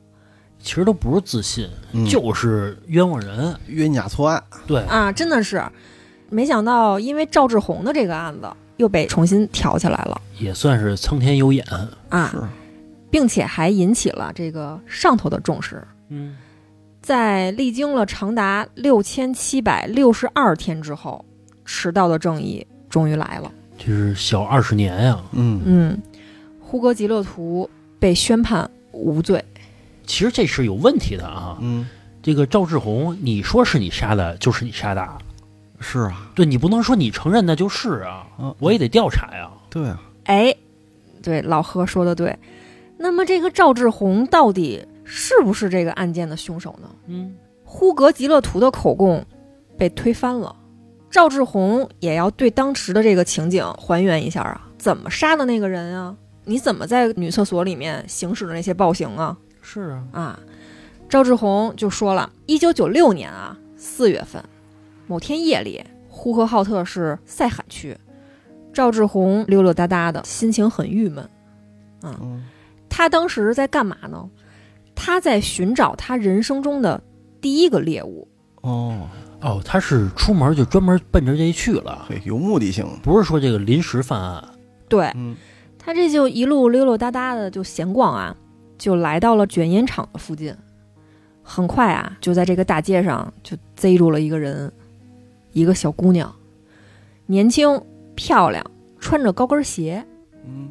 其实都不是自信，
嗯
就是冤枉人。
冤假错案，
对，
啊，真的是，没想到因为赵志红的这个案子又被重新挑起来了
也算是苍天有眼。
啊。
是，
并且还引起了这个上头的重视。
嗯，
在历经了长达六千七百六十二天之后，迟到的正义终于来了。
就是小二十年呀、
嗯
嗯，呼格吉勒图被宣判无罪。
其实这是有问题的啊。
嗯，
这个赵志红，你说是你杀的，就是你杀的啊，
是啊，
对你不能说你承认那就是啊，
嗯
我也得调查呀。
对啊，
哎，对，老何说的对，那么这个赵志红到底是不是这个案件的凶手呢？
嗯
呼格吉勒图的口供被推翻了，赵志红也要对当时的这个情景还原一下啊，怎么杀的那个人啊？你怎么在女厕所里面行使的那些暴行啊？
是啊，
啊，赵志红就说了，一九九六年啊四月份，某天夜里，呼和浩特市塞罕区，赵志红溜溜达达的，心情很郁闷。
嗯
他当时在干嘛呢？他在寻找他人生中的第一个猎物。
哦，
哦，他是出门就专门奔着这去了，
对，有目的性。
不是说这个临时犯案。
对
嗯
他这就一路溜溜达达的就闲逛啊，就来到了卷烟厂的附近。很快啊，就在这个大街上就贼住了一个人，一个小姑娘，年轻漂亮，穿着高跟鞋。
嗯，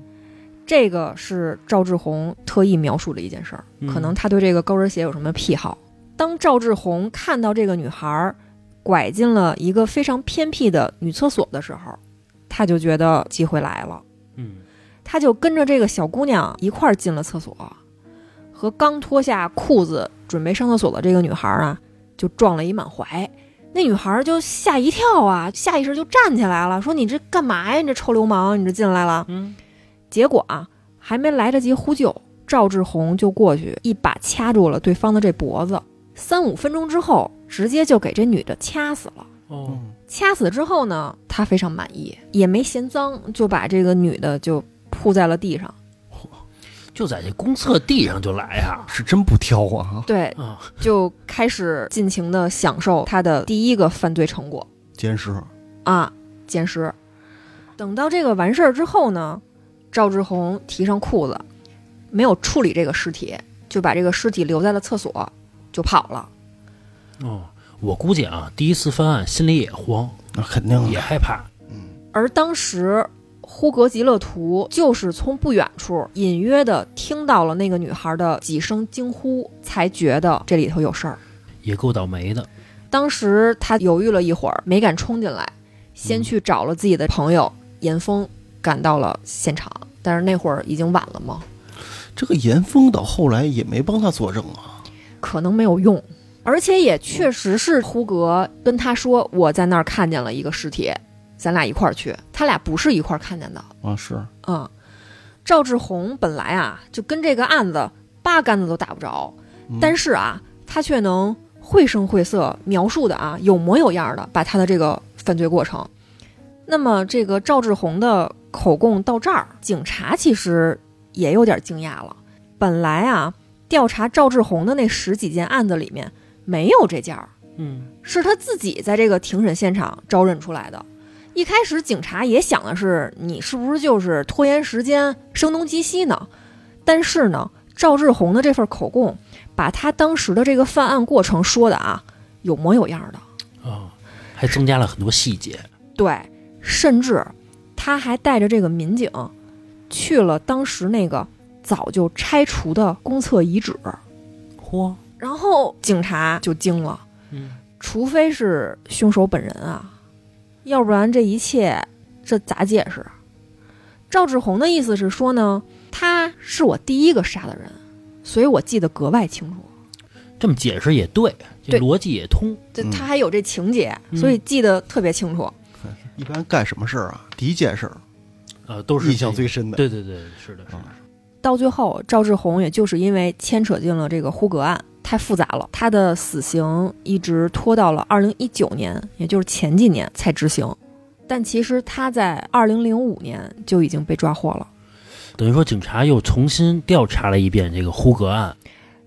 这个是赵志红特意描述的一件事儿，
嗯
可能他对这个高跟鞋有什么癖好。当赵志红看到这个女孩儿拐进了一个非常偏僻的女厕所的时候，他就觉得机会来了。
嗯，
他就跟着这个小姑娘一块儿进了厕所，和刚脱下裤子准备上厕所的这个女孩啊，就撞了一满怀。那女孩就吓一跳啊，下意识就站起来了，说：“你这干嘛呀？你这臭流氓，你这进来了。”
嗯，
结果啊，还没来得及呼救，赵志红就过去一把掐住了对方的这脖子，三五分钟之后，直接就给这女的掐死了。
哦，
嗯
掐死之后呢，他非常满意，也没嫌脏，就把这个女的就铺在了地上。
就在这公厕地上就来啊。
是真不挑啊！
对，
啊，
就开始尽情的享受他的第一个犯罪成果
监视，
啊，捡尸。等到这个完事儿之后呢，赵志红提上裤子，没有处理这个尸体，就把这个尸体留在了厕所，就跑了。
哦，我估计啊，第一次犯案心里也慌，
那肯定啊
也
的。
害怕。
嗯，
而当时呼格吉勒图就是从不远处隐约的听到了那个女孩的几声惊呼，才觉得这里头有事儿。
也够倒霉的，
当时他犹豫了一会儿，没敢冲进来，先去找了自己的朋友严峰，赶到了现场。但是那会儿已经晚了嘛，
这个严峰到后来也没帮他作证啊。
可能没有用，而且也确实是胡格跟他说我在那儿看见了一个尸体，咱俩一块儿去。他俩不是一块儿看见的，
啊，是，
嗯。赵志红本来啊就跟这个案子八竿子都打不着，
嗯
但是啊他却能绘声绘色描述的啊有模有样的把他的这个犯罪过程。那么这个赵志红的口供到这儿，警察其实也有点惊讶了。本来啊调查赵志红的那十几件案子里面没有这件儿，
嗯，
是他自己在这个庭审现场招认出来的。一开始警察也想的是你是不是就是拖延时间、声东击西呢？但是呢，赵志红的这份口供，把他当时的这个犯案过程说的啊有模有样的，
啊，还增加了很多细节。
对，甚至他还带着这个民警去了当时那个早就拆除的公厕遗址，
嚯，
然后警察就惊了。
嗯，
除非是凶手本人啊，要不然这一切这咋解释？赵志红的意思是说呢，他是我第一个杀的人，所以我记得格外清楚。
这么解释也对，这
对
逻辑也通。
对，
嗯
他还有这情节，所以记得特别清楚。
一般干什么事儿啊？第一件事儿，
呃，都是
印象最深的。
对对对，是的，是的
啊，
到最后，赵志红也就是因为牵扯进了这个呼格案，太复杂了，他的死刑一直拖到了二零一九年，也就是前几年才执行。但其实他在二零零五年就已经被抓获了。
等于说警察又重新调查了一遍这个呼格案。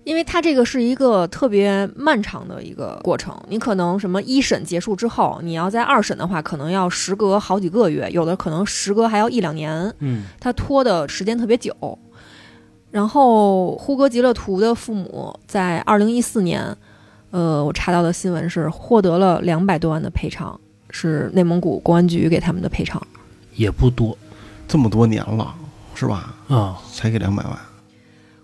因为它这个是一个特别漫长的一个过程，你可能什么一审结束之后，你要在二审的话，可能要时隔好几个月，有的可能时隔还要一两年，
嗯，
它拖的时间特别久。然后，呼格吉勒图的父母在二零一四年，呃，我查到的新闻是获得了两百多万的赔偿，是内蒙古公安局给他们的赔偿。
也不多
这么多年了，是吧？
啊。
才给两百万。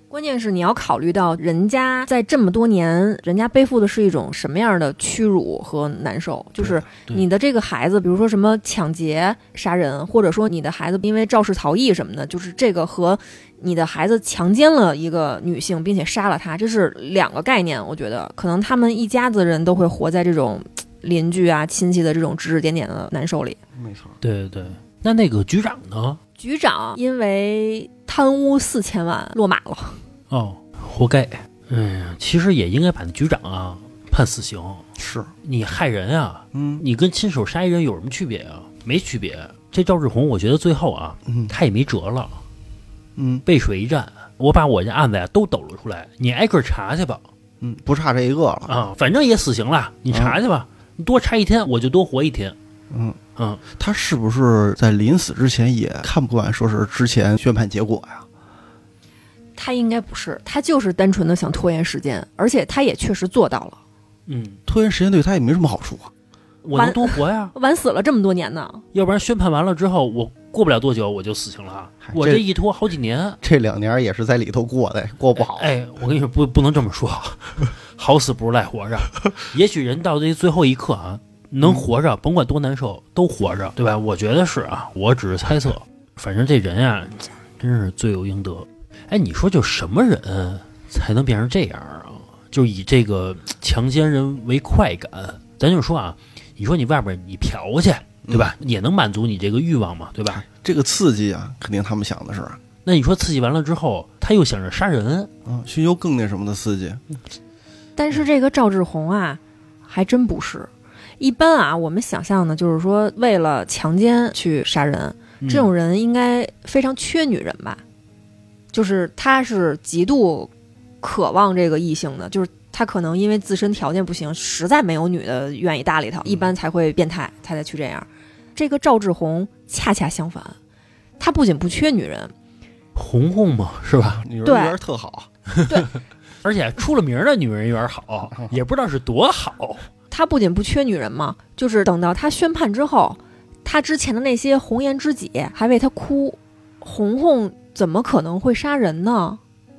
关键是你要考虑到人家在这么多年，人家背负的是一种什么样的屈辱和难受，就是
对
你的这个孩子，比如说什么抢劫、杀人，或者说你的孩子因为肇事逃逸什么的，就是这个和你的孩子强奸了一个女性，并且杀了她，这是两个概念。我觉得可能他们一家子人都会活在这种嘖邻居啊、亲戚的这种指指点点的难受里。
没错，
对对对，那那个局长呢？
局长因为贪污四千万落马了，
哦，活该。哎呀，其实也应该把那局长啊判死刑。
是，
你害人啊，
嗯
你跟亲手杀一人有什么区别啊？没区别。这赵志红，我觉得最后啊，
嗯
他也没辙了，
嗯
背水一战。我把我这案子呀、都抖了出来，你挨个查去吧。
嗯，不差这一个了，
啊，反正也死刑了，你查去吧。你多查一天，我就多活一天。
嗯
嗯，
他是不是在临死之前也看不惯，说是之前宣判结果呀？
他应该不是，他就是单纯的想拖延时间，而且他也确实做到了，
嗯，
拖延时间对他也没什么好处啊。
我能
完
多活
[LAUGHS]
呀，
晚死了这么多年呢。
要不然宣判完了之后，我过不了多久我就死刑了啊。
嗨
我
这
这一拖好几年，
这两年也是在里头过的，过不好。
哎，我跟你说，不不能这么说，啊好死不如赖活
[LAUGHS]
着。也许人到这最后一刻啊，
嗯
能活着，甭管多难受，都活着，对吧？我觉得是啊，我只是猜测。反正这人啊，真是罪有应得。哎，你说就什么人才能变成这样啊？就以这个强奸人为快感，咱就说啊，你说你外边你嫖去，对吧？
嗯
也能满足你这个欲望嘛，对吧？
这个刺激啊，肯定他们想的啊是，
那你说刺激完了之后，他又想着杀人，
嗯，寻求更那什么的
[LAUGHS]
刺激。
但是这个赵志红啊，还真不是。一般啊，我们想象的就是说，为了强奸去杀人，
嗯
这种人应该非常缺女人吧？就是他是极度渴望这个异性的，就是他可能因为自身条件不行，实在没有女的愿意搭理他，一般才会变态，他才去这样。这个赵志红恰恰相反，他不仅不缺女人，
红红嘛，是吧？
女
对
人缘特好，
而且出了名儿的女人缘儿好， [LAUGHS] 也不知道是多好。
他不仅不缺女人嘛，就是等到他宣判之后，他之前的那些红颜知己还为他哭。红红怎么可能会杀人呢？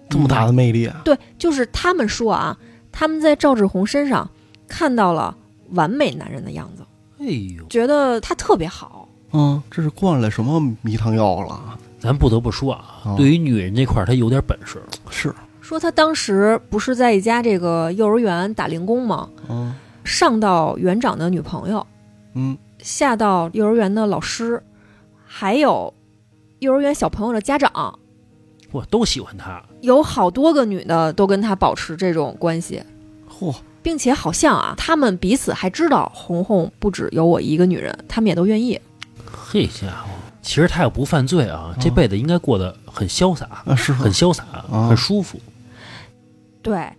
这么大的魅力啊！
对，就是他们说啊，他们在赵志红身上看到了完美男人的样子，
哎呦，
觉得他特别好。
嗯，这是灌了什么迷汤药了？
咱不得不说啊，
哦
对于女人这块儿，她有点本事。
嗯是，
说他当时不是在一家这个幼儿园打零工吗？
嗯
上到园长的女朋友，
嗯
下到幼儿园的老师，还有幼儿园小朋友的家长，
我都喜欢她，
有好多个女的都跟他保持这种关系，
嚯，
并且好像啊，他们彼此还知道红红不只有我一个女人，他们也都愿意。
嘿家伙，其实她要不犯罪啊，这辈子应该过得很潇洒，
啊是
很潇洒，
哦
很舒服。
对，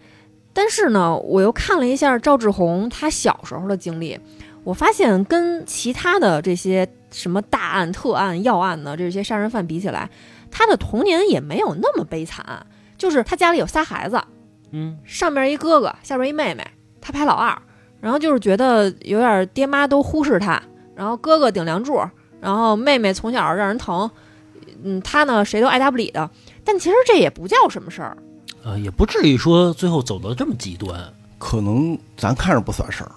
但是呢，我又看了一下赵志红他小时候的经历，我发现跟其他的这些什么大案、特案、要案的这些杀人犯比起来，他的童年也没有那么悲惨。就是他家里有仨孩子，
嗯，
上面一哥哥，下边一妹妹，他排老二，然后就是觉得有点爹妈都忽视他，然后哥哥顶梁柱，然后妹妹从小让人疼，嗯，他呢谁都爱搭不理的，但其实这也不叫什么事儿，
呃，也不至于说最后走到这么极端。
可能咱看着不算事儿，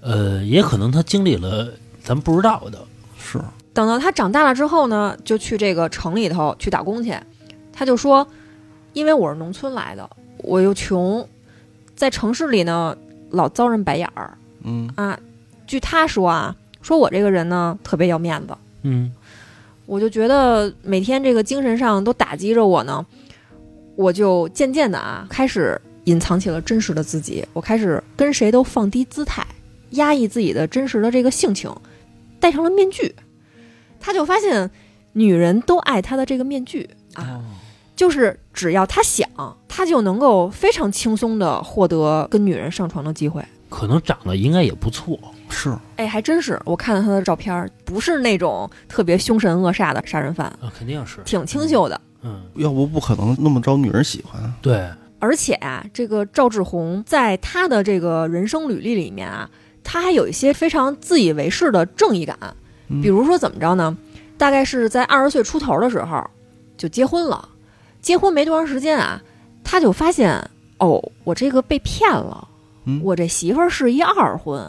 呃，也可能她经历了咱不知道的。
是
等到他长大了之后呢，就去这个城里头去打工去。他就说，因为我是农村来的，我又穷，在城市里呢老遭人白眼儿
嗯
啊。据他说啊，说我这个人呢特别要面子，
嗯，
我就觉得每天这个精神上都打击着我呢，我就渐渐的啊开始隐藏起了真实的自己，我开始跟谁都放低姿态，压抑自己的真实的这个性情，戴上了面具。他就发现，女人都爱他的这个面具啊，就是只要他想，他就能够非常轻松的获得跟女人上床的机会。
可能长得应该也不错。
是，
哎，还真是，我看了他的照片儿，不是那种特别凶神恶煞的杀人犯，
啊，肯定是，
挺清秀的。
嗯，
要不不可能那么招女人喜欢啊。
对，
而且啊，这个赵志红在他的这个人生履历里面啊，他还有一些非常自以为是的正义感
嗯。
比如说怎么着呢？大概是在二十岁出头的时候就结婚了，结婚没多长时间啊，他就发现哦，我这个被骗了，
嗯
我这媳妇儿是一二婚，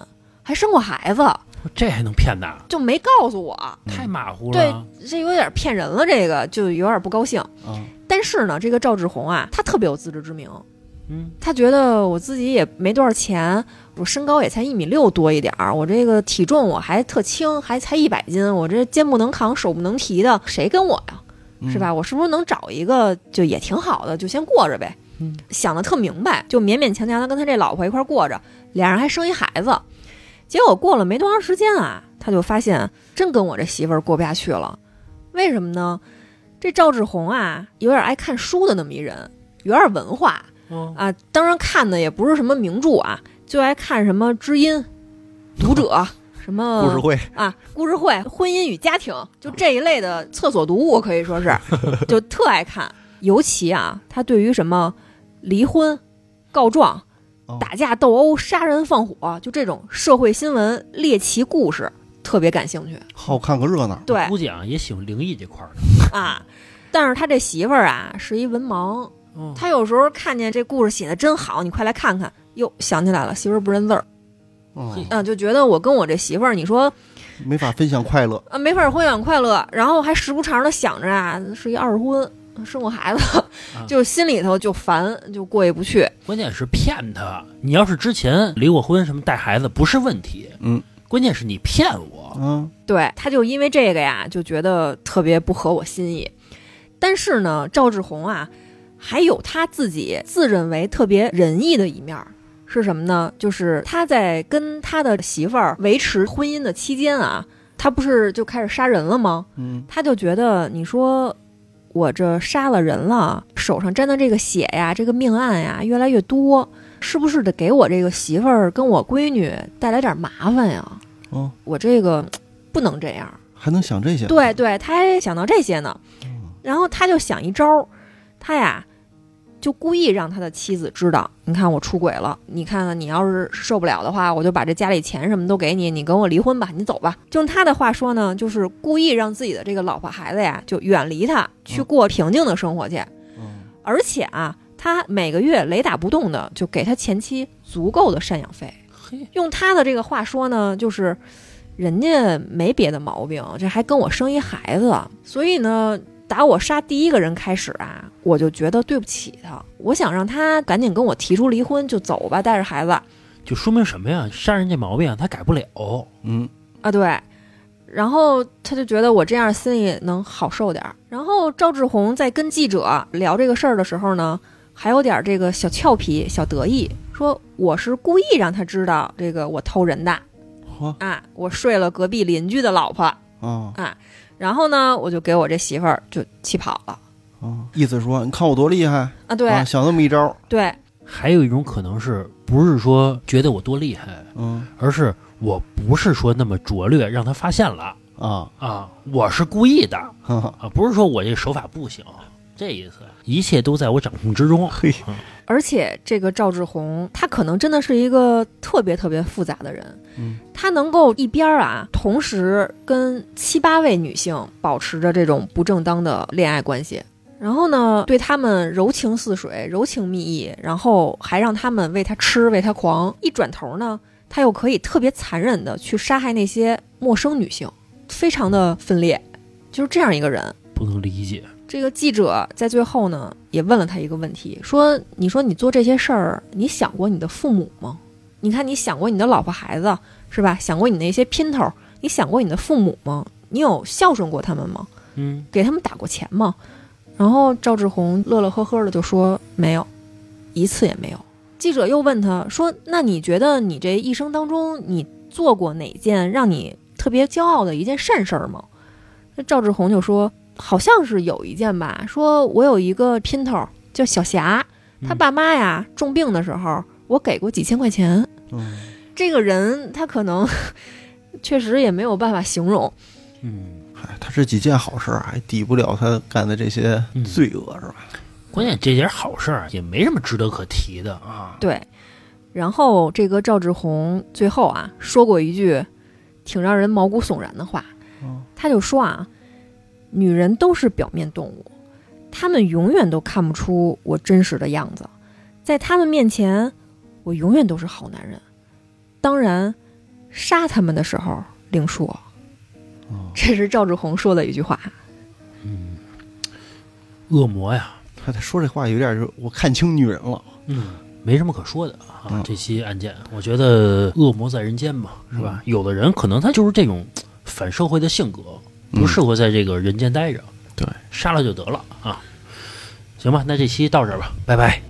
还生过孩子，
这还能骗的？
就没告诉我，
太马虎
对
了。，
这有点骗人了，这个就有点不高兴。
啊，
但是呢，这个赵志红啊，他特别有自知之明，
嗯，
他觉得我自己也没多少钱，我身高也才一米六多一点儿，我这个体重我还特轻，还才一百斤，我这肩不能扛，手不能提的，谁跟我呀？
嗯
是？吧？我是不是能找一个就也挺好的，就先过着呗？
嗯
想的特明白，就勉勉强强的跟他这老婆一块儿过着，俩人还生一孩子。结果过了没多长时间啊，他就发现真跟我这媳妇儿过不下去了。为什么呢？这赵志红啊，有点爱看书的那么一人，有点文化
哦
啊。当然看的也不是什么名著啊，就爱看什么《知音》《读者》什么
[LAUGHS] 故事会
啊，故事会、婚姻与家庭，就这一类的厕所读物，可以
[LAUGHS]
说是就特爱看。尤其啊，他对于什么离婚、告状
哦、
打架斗殴、杀人放火，就这种社会新闻、猎奇故事特别感兴趣。
好看个热闹，
对
估计啊也喜欢灵异这块儿的。
啊，但是他这媳妇儿啊是一文盲，
哦，
他有时候看见这故事写的真好，你快来看看。哟，想起来了，媳妇儿不认字儿，
嗯，
嗯、就觉得我跟我这媳妇儿，你说
没法分享快乐，
啊，没法儿婚享快乐，然后还时不常的想着啊，是一二婚，生过孩子，就心里头就烦，就过意不去。
关键是骗他。你要是之前离过婚，什么带孩子不是问题，
嗯，
关键是你骗我。
嗯，
对，他就因为这个呀，就觉得特别不合我心意。但是呢，赵志红啊，还有他自己自认为特别仁义的一面儿是什么呢？就是他在跟他的媳妇儿维持婚姻的期间啊，他不是就开始杀人了吗？
嗯，
他就觉得你说我这杀了人了，手上沾的这个血呀，这个命案呀越来越多，是不是得给我这个媳妇儿跟我闺女带来点麻烦呀？
哦，
我这个不能这样。
还能想这些，
对对，他还想到这些呢，然后他就想一招儿，他呀就故意让他的妻子知道，你看我出轨了，你看看你要是受不了的话，我就把这家里钱什么都给你，你跟我离婚吧，你走吧。就用他的话说呢，就是故意让自己的这个老婆孩子呀就远离他，去
嗯
过平静的生活去，
嗯，
而且啊，他每个月雷打不动的就给他前妻足够的赡养费。
嘿，
用他的这个话说呢，就是人家没别的毛病，这还跟我生一孩子，所以呢，打我杀第一个人开始啊，我就觉得对不起他，我想让他赶紧跟我提出离婚，就走吧，带着孩子
就说明什么呀？杀人这毛病啊他改不了。
嗯，
啊，对。然后他就觉得我这样心里能好受点儿。然后赵志红在跟记者聊这个事儿的时候呢，还有点儿这个小俏皮、小得意，说我是故意让他知道这个我偷人的，
嚯
啊，我睡了隔壁邻居的老婆，
啊
然后呢，我就给我这媳妇儿就气跑了
啊，意思说你看我多厉害，
啊，对
啊，想那么一招，
对
还有一种可能是，不是说觉得我多厉害，
嗯
而是我不是说那么拙劣，让他发现了
啊，
啊，我是故意的
哈哈，
啊，不是说我这手法不行，这意思，一切都在我掌控之中。
嘿，
而且这个赵志红，他可能真的是一个特别特别复杂的人，
嗯
他能够一边儿啊，同时跟七八位女性保持着这种不正当的恋爱关系，然后呢，对他们柔情似水、柔情蜜意，然后还让他们为他吃、为他狂。一转头呢，他又可以特别残忍的去杀害那些陌生女性，非常的分裂，就是这样一个人。
不能理解，
这个记者在最后呢，也问了他一个问题，说：“你说你做这些事儿，你想过你的父母吗？你看，你想过你的老婆孩子是吧？想过你那些姘头，你想过你的父母吗？你有孝顺过他们吗？
嗯，
给他们打过钱吗？”然后赵志红乐乐呵呵的就说：“没有，一次也没有。”记者又问他说：“那你觉得你这一生当中，你做过哪件让你特别骄傲的一件善事儿吗？”那赵志红就说：“好像是有一件吧，说我有一个姘头叫小霞，她
嗯
爸妈呀重病的时候，我给过几千块钱。
嗯
这个人他可能 [LAUGHS] 确实也没有办法形容，
嗯，
哎，他这几件好事儿还抵不了他干的这些
嗯
罪恶，是吧？
关键这点好事儿也没什么值得可提的啊。
对。然后这个赵志红最后啊说过一句挺让人毛骨悚然的话，
嗯
他就说啊，女人都是表面动物，他们永远都看不出我真实的样子，在他们面前，我永远都是好男人。当然，杀他们的时候另说。
哦
这是赵志红说的一句话。
嗯，恶魔呀，
他他说这话有点儿就是我看清女人了，
嗯，没什么可说的啊
嗯。
这期案件，我觉得恶魔在人间嘛，是吧？
嗯
有的人可能他就是这种嘖反社会的性格，不适合在这个人间待着。
对，
杀了就得了啊。行吧，那这期到这儿吧，拜拜。